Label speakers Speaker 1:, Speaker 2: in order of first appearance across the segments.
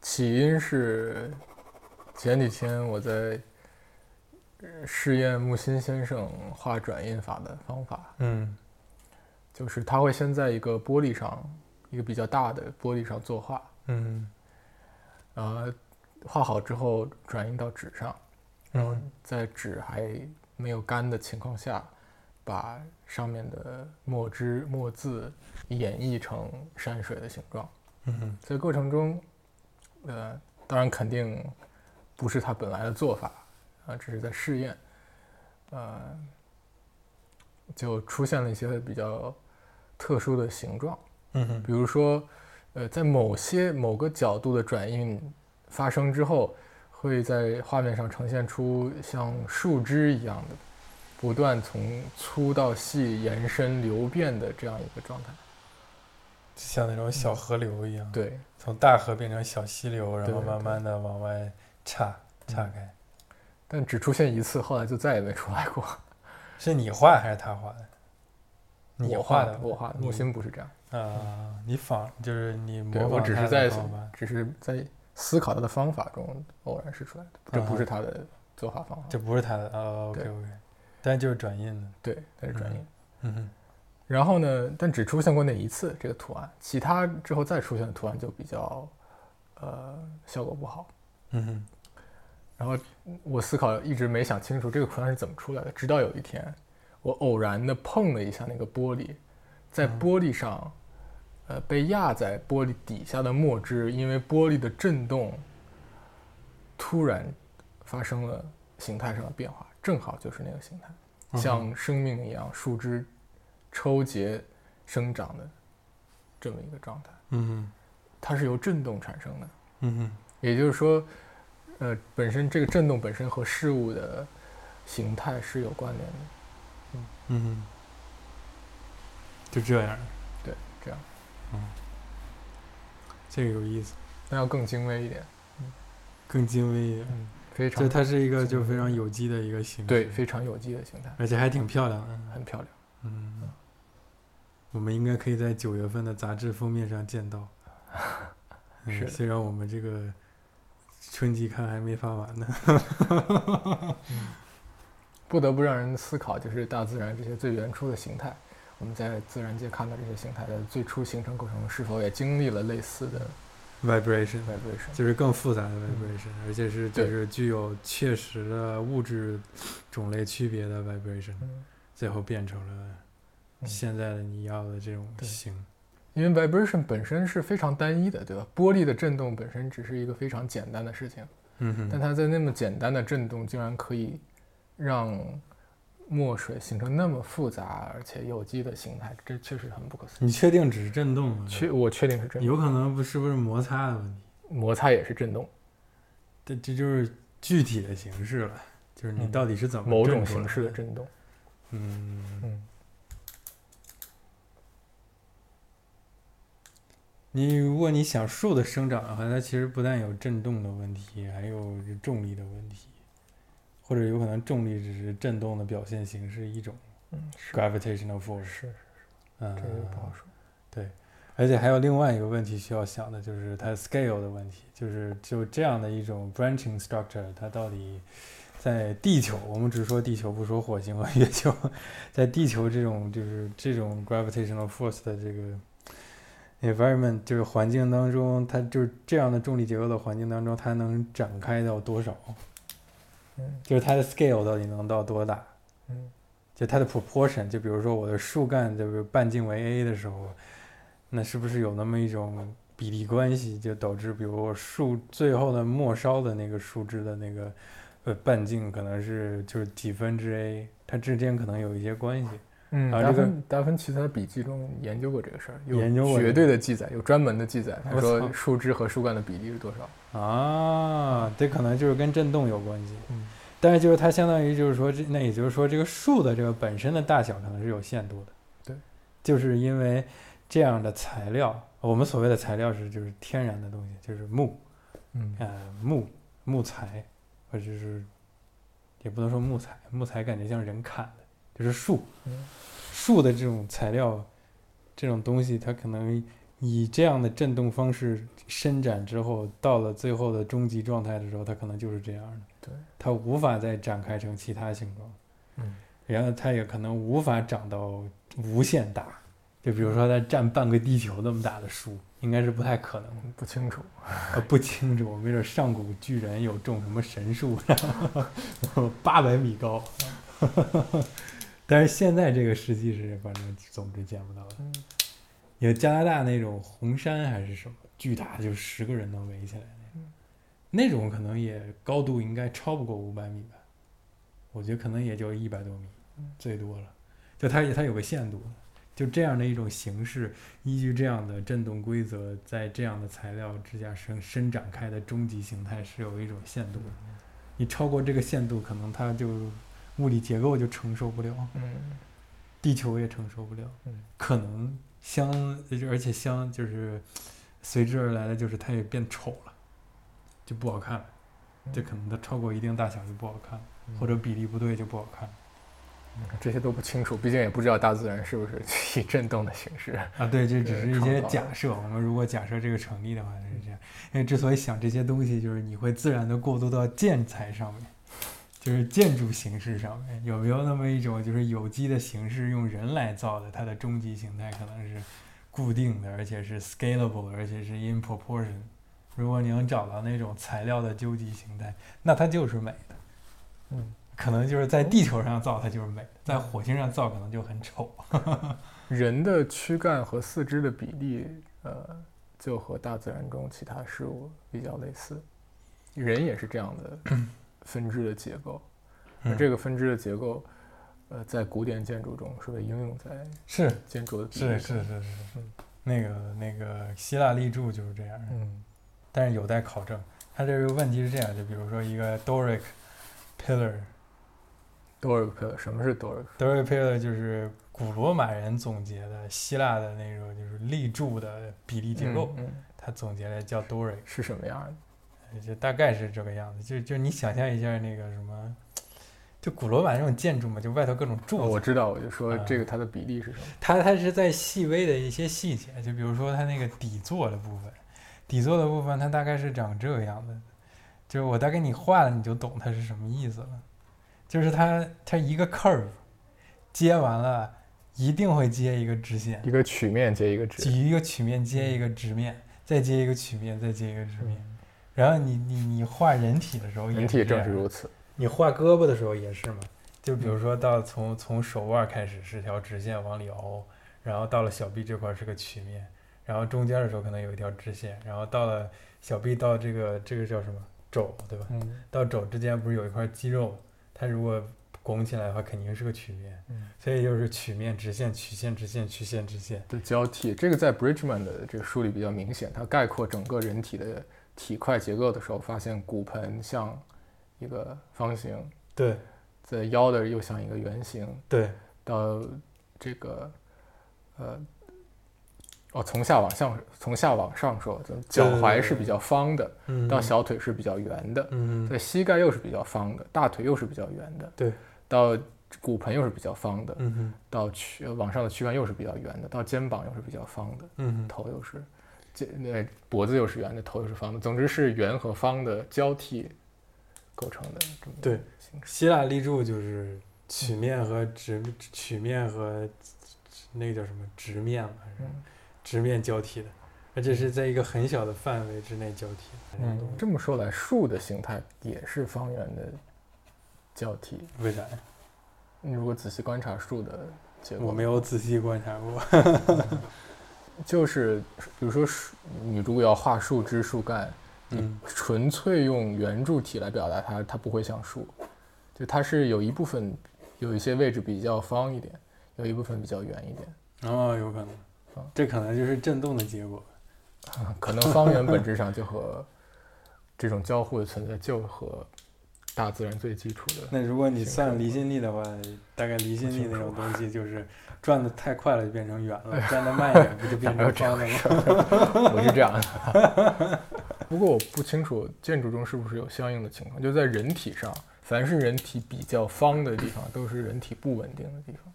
Speaker 1: 起因是前几天我在呃试验木心先生画转印法的方法，
Speaker 2: 嗯
Speaker 1: 就是他会先在一个玻璃上，一个比较大的玻璃上作画，
Speaker 2: 嗯
Speaker 1: 呃，画好之后转印到纸上，然后
Speaker 2: 嗯
Speaker 1: 在纸还没有干的情况下，把上面的墨汁墨字演绎成山水的形状。
Speaker 2: 嗯
Speaker 1: 在过程中，呃，当然肯定不是他本来的做法啊，只是在试验，呃，就出现了一些比较特殊的形状，
Speaker 2: 嗯
Speaker 1: 比如说，呃，在某些某个角度的转印发生之后，会在画面上呈现出像树枝一样的，不断从粗到细延伸流变的这样一个状态。
Speaker 2: 就像那种小河流一样，，
Speaker 1: 对，
Speaker 2: 从大河变成小溪流，然后
Speaker 1: 对嗯
Speaker 2: 慢慢的往外岔岔开。
Speaker 1: 但只出现一次，后来就再也没出来过。
Speaker 2: 是你画还是他画的？你
Speaker 1: 我
Speaker 2: 画
Speaker 1: 画
Speaker 2: 的，嗯
Speaker 1: 我画的，
Speaker 2: 你
Speaker 1: 木心不是这样，
Speaker 2: 啊，你仿就是你模
Speaker 1: 对
Speaker 2: 仿
Speaker 1: 我只
Speaker 2: 他
Speaker 1: 是
Speaker 2: 的
Speaker 1: 在
Speaker 2: 方法
Speaker 1: 只是在思考他的方法中偶然试出来的，这不
Speaker 2: 啊
Speaker 1: 是他的作法方法，
Speaker 2: 这不是他的啊，OK
Speaker 1: 对
Speaker 2: OK，但就是转印的，
Speaker 1: 对，他是转印。
Speaker 2: 嗯哼，
Speaker 1: 然后呢，但只出现过那一次这个图案，其他之后再出现的图案就比较，呃，效果不好。
Speaker 2: 嗯哼，
Speaker 1: 然后我思考一直没想清楚这个图案是怎么出来的，直到有一天，我偶然的碰了一下那个玻璃，在
Speaker 2: 嗯
Speaker 1: 玻璃上，呃，被压在玻璃底下的墨汁，因为玻璃的震动，突然发生了形态上的变化，正好就是那个形态，
Speaker 2: 嗯哼
Speaker 1: 像生命一样，树枝抽节生长的这么一个状态，
Speaker 2: 嗯哼
Speaker 1: 它是由震动产生的。
Speaker 2: 嗯哼
Speaker 1: 也就是说，呃，本身这个震动本身和事物的形态是有关联的。
Speaker 2: 嗯哼，就这样，
Speaker 1: 对，这样，
Speaker 2: 嗯，这个有意思，
Speaker 1: 那要更精微一点，
Speaker 2: 更精微一点，
Speaker 1: 嗯，非
Speaker 2: 就
Speaker 1: 常
Speaker 2: 它是一个
Speaker 1: 精
Speaker 2: 就
Speaker 1: 微
Speaker 2: 非常有机的一个形式，
Speaker 1: 对，，非常有机的形态，
Speaker 2: 而且还挺漂亮的，
Speaker 1: 很漂亮。
Speaker 2: 嗯，我们应该可以在九月份的杂志封面上见 到，嗯
Speaker 1: 是的
Speaker 2: 虽然我们这个春季刊还没发完呢，
Speaker 1: 不得不让人思考，就是大自然这些最原初的形态，我们在自然界看到这些形态的最初形成过程，是否也经历了类似的
Speaker 2: vibration。
Speaker 1: vibration？
Speaker 2: 就是更复杂的 vibration，、而且是
Speaker 1: 嗯
Speaker 2: 就
Speaker 1: 对
Speaker 2: 是具有确实的物质种类区别的 vibration，、
Speaker 1: 嗯，
Speaker 2: 最后变成了
Speaker 1: 嗯
Speaker 2: 现在的你要的这种
Speaker 1: 对
Speaker 2: 形。
Speaker 1: 因为 vibration 本身是非常单一的，对吧？玻璃的震动本身只是一个非常简单的事情。
Speaker 2: 嗯哼，
Speaker 1: 但它在那么简单的震动，竟然可以让墨水形成那么复杂而且有机的形态，这确实很不可思议。
Speaker 2: 你确定只是震动吗？
Speaker 1: 确，我确定是震动，
Speaker 2: 有可能不是不是摩擦的问题，
Speaker 1: 摩擦也是震动，
Speaker 2: 这这就是具体的形式了，就是你
Speaker 1: 嗯
Speaker 2: 到底是怎么
Speaker 1: 某
Speaker 2: 震
Speaker 1: 种
Speaker 2: 出来
Speaker 1: 形式的
Speaker 2: 的？
Speaker 1: 震动。
Speaker 2: 嗯，
Speaker 1: 嗯，
Speaker 2: 你如果你想树的生长的话，它其实不但有震动的问题，还有重力的问题，或者有可能重力只是震动的表现形式一种。
Speaker 1: 嗯，是
Speaker 2: gravitational force，
Speaker 1: 是，
Speaker 2: 嗯
Speaker 1: 这，个不好说。
Speaker 2: 而且还有另外一个问题需要想的，就是它 scale 的问题，就是就这样的一种 branching structure，它到底在地球，我们只说地球，不说火星和月球，在地球这种就是这种 gravitational force 的这个 environment，就是环境当中，它就是这样的重力结构的环境当中，它能展开到多少？
Speaker 1: 嗯
Speaker 2: 就是它的 scale 到底能到多大？
Speaker 1: 嗯
Speaker 2: 就它的 proportion，就比如说我的树干就是半径为 a 的时候，那是不是有那么一种比例关系，就导致比如我树最后的末梢的那个树枝的那个呃半径可能是就是几分之 a，它之间可能有一些关系。
Speaker 1: 嗯，
Speaker 2: 啊
Speaker 1: 达
Speaker 2: 这个
Speaker 1: 芬达芬奇在笔记中研究过这个事儿，有
Speaker 2: 研究过这
Speaker 1: 绝
Speaker 2: 个
Speaker 1: 对的记载，有专门的记载，他
Speaker 2: 我
Speaker 1: 说
Speaker 2: 操
Speaker 1: 树枝和树干的比例是多少。
Speaker 2: 啊，这可能就是跟震动有关系。
Speaker 1: 嗯，
Speaker 2: 但是就是它相当于就是说这，那也就是说这个树的这个本身的大小可能是有限度的。
Speaker 1: 对，
Speaker 2: 就是因为这样的材料，我们所谓的材料是就是天然的东西，就是木，
Speaker 1: 嗯
Speaker 2: 呃，木木材，或者是也不能说木材，木材感觉像人砍的，就是树
Speaker 1: 嗯
Speaker 2: 树的这种材料，这种东西它可能以这样的振动方式伸展之后，到了最后的终极状态的时候，它可能就是这样的。
Speaker 1: 对，
Speaker 2: 它无法再展开成其他形状，
Speaker 1: 嗯，
Speaker 2: 然后它也可能无法长到无限大，就比如说它占半个地球那么大的树，应该是不太可能的。
Speaker 1: 嗯不清楚。
Speaker 2: 呃， 不清楚，没准上古巨人有种什么神树，然后八百米高。 但是现在这个世纪是，反正总之见不到的。
Speaker 1: 嗯，
Speaker 2: 有加拿大那种红山还是什么，巨大的，就十个人能围起来那种，那种可能也高度应该超不过五百米吧，我觉得可能也就一百多米
Speaker 1: 嗯，
Speaker 2: 最多了。就它也它有个限度，就这样的一种形式，依据这样的振动规则，在这样的材料之下生生长开的终极形态是有一种限度的。你超过这个限度，可能它就物理结构就承受不了。
Speaker 1: 嗯
Speaker 2: 地球也承受不了，
Speaker 1: 嗯
Speaker 2: 可能相，而且相就是随之而来的就是它也变丑了，就不好看了，就可能它超过一定大小就不好看了，
Speaker 1: 嗯
Speaker 2: 或者比例不对就不好看了
Speaker 1: 这些都不清楚，毕竟也不知道大自然是不是 以震动的形式。
Speaker 2: 啊。对，这只
Speaker 1: 对
Speaker 2: 是一
Speaker 1: 创
Speaker 2: 些
Speaker 1: 造了嗯
Speaker 2: 假设，我们如果假设这个成立的话就是这样。因为之所以想这些东西，就是你会自然的过渡到建材上面。就是建筑形式上面有没有那么一种，就是有机的形式用人来造的，它的终极形态可能是固定的，而且是 scalable，而且是 in proportion。如果你能找到那种材料的究极形态，那它就是美的。
Speaker 1: 嗯，
Speaker 2: 可能就是在地球上造它就是美的，在火星上造可能就很丑。
Speaker 1: 人的躯干和四肢的比例，呃，就和大自然中其他事物比较类似。人也是这样 的分支的结构，而这个分支的结构，呃，在古典建筑中是被应用在
Speaker 2: 是
Speaker 1: 建筑的比例
Speaker 2: 是
Speaker 1: 上。
Speaker 2: 是是是
Speaker 1: 嗯，
Speaker 2: 那个那个希腊立柱就是这样的。
Speaker 1: 嗯
Speaker 2: 但是有待考证。它这个问题是这样，就比如说一个 Doric pillar，Doric
Speaker 1: ，Doric 什么是 Doric？
Speaker 2: pillar 就是古罗马人总结的希腊的那种就是立柱的比例结构，
Speaker 1: 嗯嗯
Speaker 2: 他总结来叫 Doric，
Speaker 1: 是什么样的？
Speaker 2: 就大概是这个样子。就就你想象一下那个什么，就古罗马那种建筑嘛，就外头各种柱
Speaker 1: 哦
Speaker 2: 子
Speaker 1: 我，知道，我就说
Speaker 2: 啊
Speaker 1: 这个它的比例是什么？
Speaker 2: 它它是在细微的一些细节，就比如说它那个底座的部分，底座的部分它大概是长这个样子的，就是我大概你画了你就懂它是什么意思了，就是它它一个 curve 接完了一定会接一个直线，
Speaker 1: 一个曲面接一个直。
Speaker 2: 一个曲面接一个直面，再接一个曲面，再接一个直面。然后你你你画人体的时候
Speaker 1: 嗯
Speaker 2: 也
Speaker 1: 人体
Speaker 2: 这
Speaker 1: 正
Speaker 2: 样
Speaker 1: 是如此。
Speaker 2: 你画胳膊的时候也是嘛，就比如说到从从手腕开始是条直线往里凹，然后到了小臂这块是个曲面，然后中间的时候可能有一条直线，然后到了小臂到这个这个叫什么肘对吧？
Speaker 1: 嗯
Speaker 2: 到肘之间不是有一块肌肉，它如果拱起来的话肯定是个曲面，
Speaker 1: 嗯，
Speaker 2: 所以就是曲面、直线、曲线、直线、曲线、直线。
Speaker 1: 的交替，这个在 Bridgman 的这个书里比较明显。它概括整个人体的体块结构的时候，发现骨盆像一个方形，
Speaker 2: 对
Speaker 1: 在腰的又像一个圆形，
Speaker 2: 对
Speaker 1: 到这个呃哦，从下往上，从下往上说，咱们脚
Speaker 2: 对对
Speaker 1: 踝
Speaker 2: 对
Speaker 1: 是比
Speaker 2: 对
Speaker 1: 较方的，
Speaker 2: 嗯，
Speaker 1: 到小腿是比较圆的，
Speaker 2: 嗯
Speaker 1: 在膝盖又是比较方的，大腿又是比较圆的，
Speaker 2: 对，
Speaker 1: 到骨盆又是比较方的，
Speaker 2: 嗯哼
Speaker 1: 到躯呃往上的躯干又是比较圆的，到肩膀又是比较方的，
Speaker 2: 嗯哼
Speaker 1: 头又是，这那脖子又是圆的，头又是方的，总之是圆和方的交替构成的这么一个
Speaker 2: 对
Speaker 1: 形式。
Speaker 2: 希腊立柱就是曲面和直曲面和那个叫什么直面吧，是吧
Speaker 1: 嗯
Speaker 2: 直面交替的，而且是在一个很小的范围之内交替的。
Speaker 1: 嗯，这么说来，树的形态也是方圆的交替。
Speaker 2: 为啥呀？
Speaker 1: 你如果仔细观察树的结构，
Speaker 2: 我没有仔细观察过。
Speaker 1: 就是比如说树，你如果要画树枝、树干，
Speaker 2: 嗯
Speaker 1: 纯粹用圆柱体来表达它，它不会像树，就它是有一部分有一些位置比较方一点，有一部分比较圆一点。
Speaker 2: 哦，有可能
Speaker 1: 啊，
Speaker 2: 这可能就是震动的结果。
Speaker 1: 啊可能方圆本质上就和 这种交互的存在，就和大自然最基础 的
Speaker 2: 那如果你
Speaker 1: 形
Speaker 2: 算
Speaker 1: 成
Speaker 2: 离
Speaker 1: 过
Speaker 2: 心力的话，大概离心力那种
Speaker 1: 不
Speaker 2: 东西就是转的太快了就变成圆了，转的慢一点不就变成
Speaker 1: 哎
Speaker 2: 方的吗？
Speaker 1: 我是这样的。不过我不清楚建筑中是不是有相应的情况，就在人体上，凡是人体比较方的地方，都是人体不稳定的地方，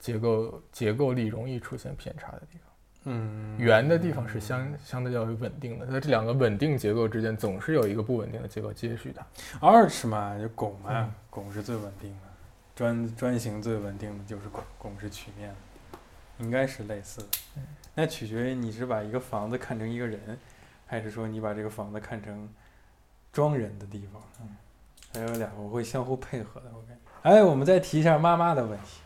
Speaker 1: 结构结构力容易出现偏差的地方。
Speaker 2: 嗯，
Speaker 1: 圆的地方是相相对较为稳定的，在这两个稳定结构之间总是有一个不稳定的结构接续它。
Speaker 2: arch 嘛，就拱嘛，
Speaker 1: 嗯
Speaker 2: 拱是最稳定的，专专行最稳定的就是拱，拱是曲面，应该是类似的
Speaker 1: 嗯。
Speaker 2: 那取决于你是把一个房子看成一个人，还是说你把这个房子看成装人的地方。
Speaker 1: 嗯
Speaker 2: 还有俩我会相互配合的，我感觉。哎，我们再提一下妈妈的问题。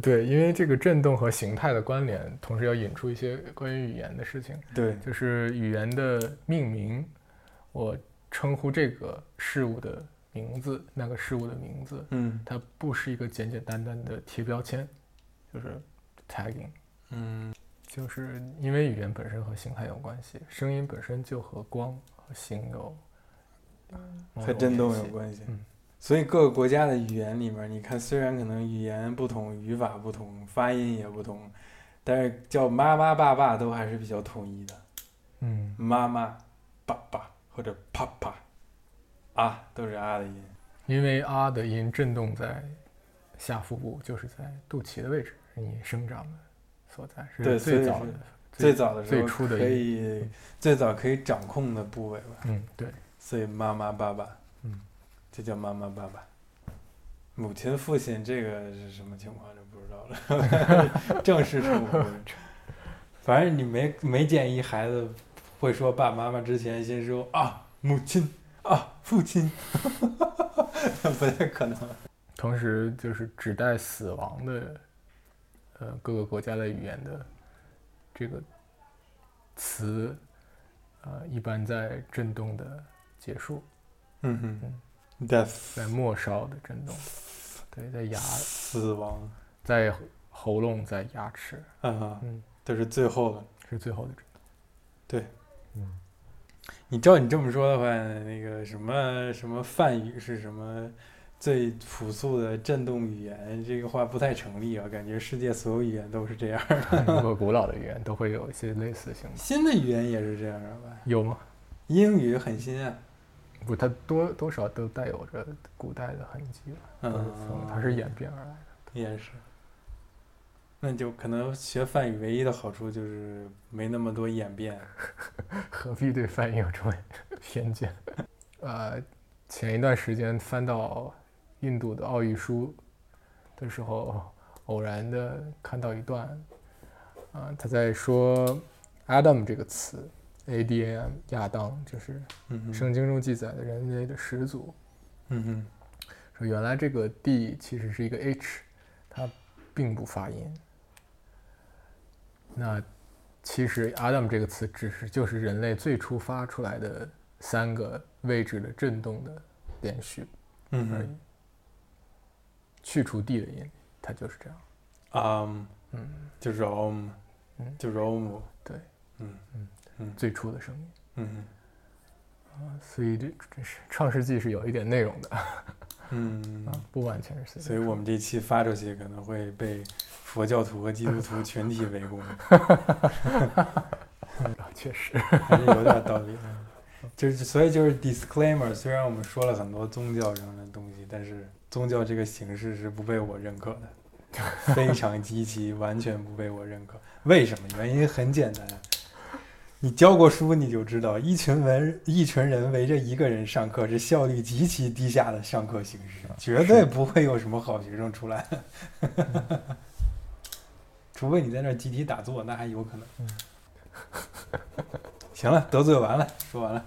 Speaker 1: 对，因为这个振动和形态的关联，同时要引出一些关于语言的事情，
Speaker 2: 对，
Speaker 1: 就是语言的命名，我称呼这个事物的名字，那个事物的名字，
Speaker 2: 嗯
Speaker 1: 它不是一个简简单单的贴标签，就是 tagging，
Speaker 2: 嗯
Speaker 1: 就是因为语言本身和形态有关系，声音本身就和光和形有某
Speaker 2: 和
Speaker 1: 种
Speaker 2: 震动
Speaker 1: 联
Speaker 2: 有
Speaker 1: 系
Speaker 2: 关系。
Speaker 1: 哦嗯
Speaker 2: 所以各个国家的语言里面，你看虽然可能语言不同、语法不同、发音也不同，但是叫妈妈、爸爸都还是比较统一的，
Speaker 1: 嗯，
Speaker 2: 妈妈、爸爸或者啪啪，啊都是啊的音。
Speaker 1: 因为啊的音震动在下腹部，就是在肚脐的位置，你生长的所在，
Speaker 2: 对
Speaker 1: 是
Speaker 2: 所以
Speaker 1: 最早
Speaker 2: 是
Speaker 1: 的。
Speaker 2: 最早的时
Speaker 1: 最
Speaker 2: 候
Speaker 1: 初的
Speaker 2: 可
Speaker 1: 音
Speaker 2: 以最早可以掌控的部位吧。
Speaker 1: 嗯，对，
Speaker 2: 所以妈妈、爸爸，
Speaker 1: 嗯，
Speaker 2: 这叫妈妈、爸爸。母亲、父亲这个是什么情况就不知道了， 正式称呼。反正你没没建议孩子会说爸爸妈妈之前，先说啊母亲啊父亲， 不太可能。
Speaker 1: 同时就是指代死亡的，呃，各个国家的语言的这个词，呃，一般在震动的结束，
Speaker 2: 嗯哼，death
Speaker 1: 在末梢的震动，对，在牙，
Speaker 2: 死亡
Speaker 1: 在喉咙，在牙齿，
Speaker 2: 啊，
Speaker 1: 嗯，
Speaker 2: 这是最后的。
Speaker 1: 是最后的震动。
Speaker 2: 对，
Speaker 1: 嗯，
Speaker 2: 你照你这么说的话，那个什么什么梵语是什么最朴素的震动语言？这个话不太成立啊，感觉世界所有语言都是这样，
Speaker 1: 如果古老的语言都会有一些类似性吧？
Speaker 2: 新的语言也是这样的吧？
Speaker 1: 有吗？
Speaker 2: 英语很新啊，
Speaker 1: 不，它多多少都带有着古代的痕迹吧，都是从
Speaker 2: 嗯，
Speaker 1: 它是演变而来的。
Speaker 2: 也是。那就可能学梵语唯一的好处就是没那么多演变。
Speaker 1: 何必对翻译有这么 偏见？呃，前一段时间翻到印度的奥义书的时候，偶然的看到一段，啊、他在说 “Adam” 这个词，A D A M 亚当，就是
Speaker 2: 嗯哼，
Speaker 1: 圣经中记载的人类的始祖。
Speaker 2: 嗯哼，
Speaker 1: 说原来这个 “d” 其实是一个 “h”，它并不发音。那其实 “Adam” 这个词只是就是人类最初发出来的三个位置的振动的连续
Speaker 2: 嗯
Speaker 1: 而已，
Speaker 2: 哼，
Speaker 1: 去除 “d” 的音，它就是这样。
Speaker 2: 啊、嗯，
Speaker 1: 嗯，
Speaker 2: 就是 om，
Speaker 1: 嗯
Speaker 2: 就是 om，
Speaker 1: 对，
Speaker 2: 嗯
Speaker 1: 嗯
Speaker 2: 嗯
Speaker 1: 最初的声音。啊
Speaker 2: 嗯哼。
Speaker 1: 所以这这是《创世纪》是有一点内容的，
Speaker 2: 嗯
Speaker 1: 啊，不完全是
Speaker 2: 所
Speaker 1: 随
Speaker 2: 以
Speaker 1: 便
Speaker 2: 我
Speaker 1: 说。
Speaker 2: 们这期发出去可能会被佛教徒和基督徒群体围攻，
Speaker 1: 啊 确实，
Speaker 2: 还是有点道 理的。就是所以就是 disclaimer，虽然我们说了很多宗教上的东西，但是宗教这个形式是不被我认可的， 非常极其完全不被我认可。为什么？原因很简单。你教过书，你就知道，一群人一群人围着一个人上课是效率极其低下的上课形式，绝对不会有什么好学生出来。 除非你在那儿集 体打坐，那还有可能。
Speaker 1: 嗯
Speaker 2: 行了，得罪完了，说完了，